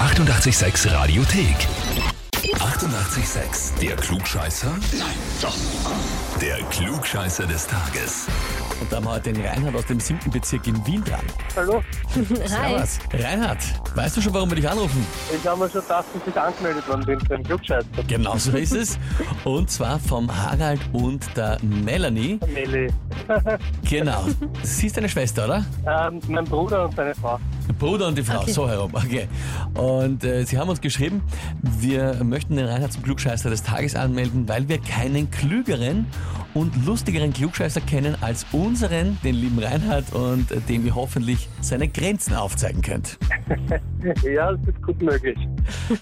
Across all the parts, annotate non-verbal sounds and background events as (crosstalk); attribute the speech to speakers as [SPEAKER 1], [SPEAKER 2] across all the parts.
[SPEAKER 1] 886 Radiothek. 88,6. Der Klugscheißer? Nein, doch. Der Klugscheißer des Tages.
[SPEAKER 2] Und da haben wir heute den Reinhard aus dem siebten Bezirk in Wien dran.
[SPEAKER 3] Hallo,
[SPEAKER 4] Hi.
[SPEAKER 2] Servus. Reinhard, weißt du schon, warum wir dich anrufen?
[SPEAKER 3] ich habe mir schon gedacht, dass ich angemeldet worden bin für den Klugscheißer.
[SPEAKER 2] Genau so ist es. Und zwar vom Harald und der Melanie.
[SPEAKER 3] Melli.
[SPEAKER 2] Genau. Sie ist deine Schwester, oder?
[SPEAKER 3] Ähm, mein Bruder und seine Frau.
[SPEAKER 2] Bruder und die Frau,
[SPEAKER 4] Okay.
[SPEAKER 2] so herum. Okay. Und äh, sie haben uns geschrieben, wir möchten den Reinhard zum Klugscheißer des Tages anmelden, weil wir keinen klügeren und lustigeren Klugscheißer kennen als unseren, den lieben Reinhard, und äh, dem ihr hoffentlich seine Grenzen aufzeigen könnt.
[SPEAKER 3] (laughs) Ja, das ist gut möglich.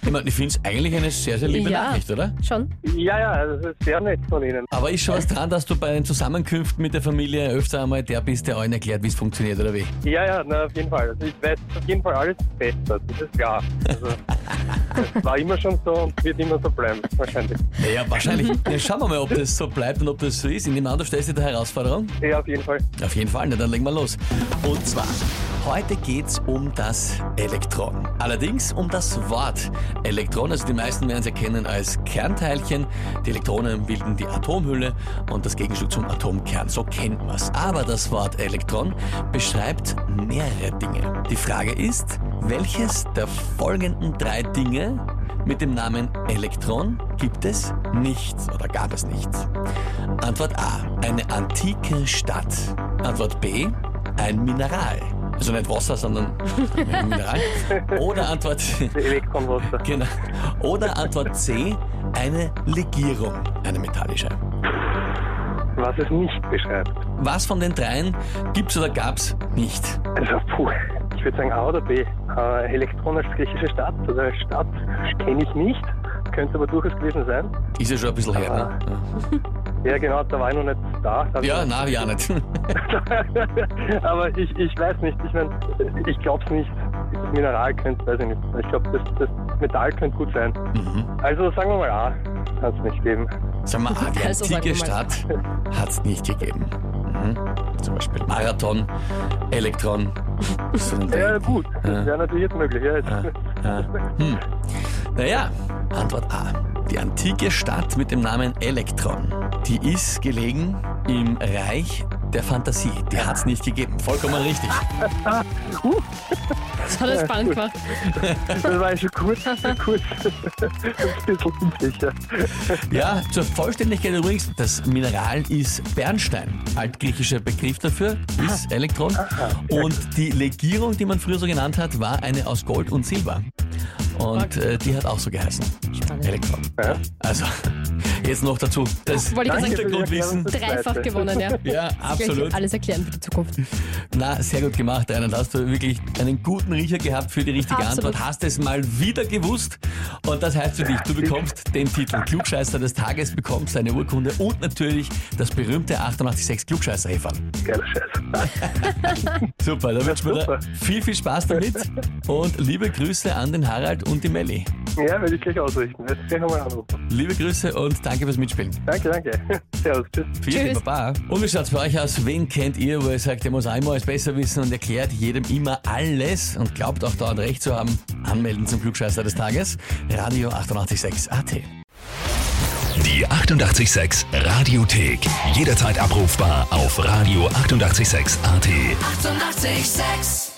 [SPEAKER 2] Ich meine, ich finde es eigentlich eine sehr, sehr liebe
[SPEAKER 4] Ja.
[SPEAKER 2] Nachricht, oder?
[SPEAKER 4] Schon?
[SPEAKER 3] Ja, ja, das ist sehr nett von Ihnen.
[SPEAKER 2] Aber ist schon was dran, dass du bei den Zusammenkünften mit der Familie öfter einmal der bist, der allen erklärt, wie es funktioniert, oder wie?
[SPEAKER 3] Ja, ja, na, auf jeden Fall. Also ich weiß auf jeden Fall alles besser, das ist klar. Also, das war immer schon so und wird immer so bleiben, wahrscheinlich.
[SPEAKER 2] Ja,
[SPEAKER 4] (laughs)
[SPEAKER 2] wahrscheinlich. Ja, schauen wir mal, ob das so bleibt und ob das so ist. Ich nehme an, du stellst dir die Herausforderung.
[SPEAKER 3] Ja, auf jeden Fall.
[SPEAKER 2] Auf jeden Fall, na, dann legen wir los. Und zwar, heute geht's um das Elektron. Allerdings um das Wort Elektron. Also die meisten werden es erkennen als Kernteilchen. Die Elektronen bilden die Atomhülle und das Gegenstück zum Atomkern. So kennt man's. Aber das Wort Elektron beschreibt mehrere Dinge. Die Frage ist, welches der folgenden drei Dinge mit dem Namen Elektron gibt es nicht oder gab es nicht? Antwort A. Eine antike Stadt. Antwort B. Ein Mineral. Also nicht Wasser, sondern (laughs) ein Mineral. Oder Antwort,
[SPEAKER 3] Die Elektronwasser.
[SPEAKER 2] genau. Oder Antwort C. Eine Legierung. Eine metallische.
[SPEAKER 3] Was es nicht beschreibt.
[SPEAKER 2] Was von den dreien gibt's oder gab's nicht?
[SPEAKER 3] Also, puh, ich würde sagen A oder B. Äh, Elektron als griechische Stadt oder Stadt kenne ich nicht, könnte aber durchaus gewesen sein.
[SPEAKER 2] Ist ja schon ein bisschen her, ne?
[SPEAKER 3] Ja, genau, da war ich noch nicht da.
[SPEAKER 4] Ah.
[SPEAKER 3] Da hab
[SPEAKER 2] Ja,
[SPEAKER 3] ich-
[SPEAKER 2] na, ja nicht. (laughs)
[SPEAKER 3] (laughs) Aber ich, ich weiß nicht, ich meine, ich glaube es nicht. Das Mineral könnte, weiß ich nicht. Ich glaube, das, das Metall könnte gut sein.
[SPEAKER 2] Mhm.
[SPEAKER 3] Also sagen wir mal A, kann es nicht geben.
[SPEAKER 2] Sagen wir, ah, die
[SPEAKER 4] (laughs) Also sagen
[SPEAKER 2] antike
[SPEAKER 4] wir mal.
[SPEAKER 2] Stadt hat's nicht gegeben. Mhm. Zum Beispiel Marathon, Elektron.
[SPEAKER 4] (laughs)
[SPEAKER 2] So ein
[SPEAKER 3] Ja,
[SPEAKER 2] Ding.
[SPEAKER 3] gut,
[SPEAKER 2] Ja.
[SPEAKER 3] das wäre natürlich jetzt möglich. Ja, jetzt.
[SPEAKER 2] Ah. Hm. Naja, Antwort A. Die antike Stadt mit dem Namen Elektron, die ist gelegen im Reich der Fantasie. Die hat's nicht gegeben. Vollkommen richtig.
[SPEAKER 4] Das hat uns spannend gemacht.
[SPEAKER 3] Das war ja schon kurz,
[SPEAKER 2] (laughs)
[SPEAKER 3] kurz. ein bisschen unsicher.
[SPEAKER 2] Ja, zur Vollständigkeit übrigens, das Mineral ist Bernstein. Altgriechischer Begriff dafür ist Elektron. Und die Legierung, die man früher so genannt hat, war eine aus Gold und Silber. Und äh, die hat auch so geheißen.
[SPEAKER 4] Spannend.
[SPEAKER 2] Elektron.
[SPEAKER 3] Ja.
[SPEAKER 2] Also, (laughs) jetzt noch dazu. Das
[SPEAKER 4] Wollte ich gerade sagen,
[SPEAKER 2] Hintergrundwissen.
[SPEAKER 4] dreifach gewonnen, ja.
[SPEAKER 2] Ja,
[SPEAKER 4] Gleich
[SPEAKER 2] absolut.
[SPEAKER 4] alles erklären für die Zukunft.
[SPEAKER 2] Na, sehr gut gemacht, Rainer. Da hast du wirklich einen guten Riecher gehabt für die richtige
[SPEAKER 4] Absolut.
[SPEAKER 2] Antwort. Hast es mal wieder gewusst. Und das heißt für dich, du bekommst den Titel Klugscheißer des Tages, bekommst deine Urkunde und natürlich das berühmte 886 klugscheißer -Häferl.
[SPEAKER 3] Geiler Scheiß.
[SPEAKER 2] Super, da wünschen wir
[SPEAKER 3] super.
[SPEAKER 2] dir viel, viel Spaß damit. Und liebe Grüße an den Harald und die Melli.
[SPEAKER 3] Ja, werde ich gleich ausrichten. Jetzt gleich nochmal anrufen.
[SPEAKER 2] Liebe Grüße und danke fürs Mitspielen.
[SPEAKER 3] Danke, danke. Servus, tschüss.
[SPEAKER 2] Vielen
[SPEAKER 4] Tschüss.
[SPEAKER 2] Baba. Und wie schaut's bei euch aus? Wen kennt ihr, wo ihr sagt, der muss auch immer alles besser wissen und erklärt jedem immer alles und glaubt auch dauernd recht zu haben? Anmelden zum Klugscheißer des Tages. Radio 886 AT.
[SPEAKER 1] Die 88,6 Radiothek. Jederzeit abrufbar auf radio886.at. 88,6.
[SPEAKER 5] Eighty-eight, sex.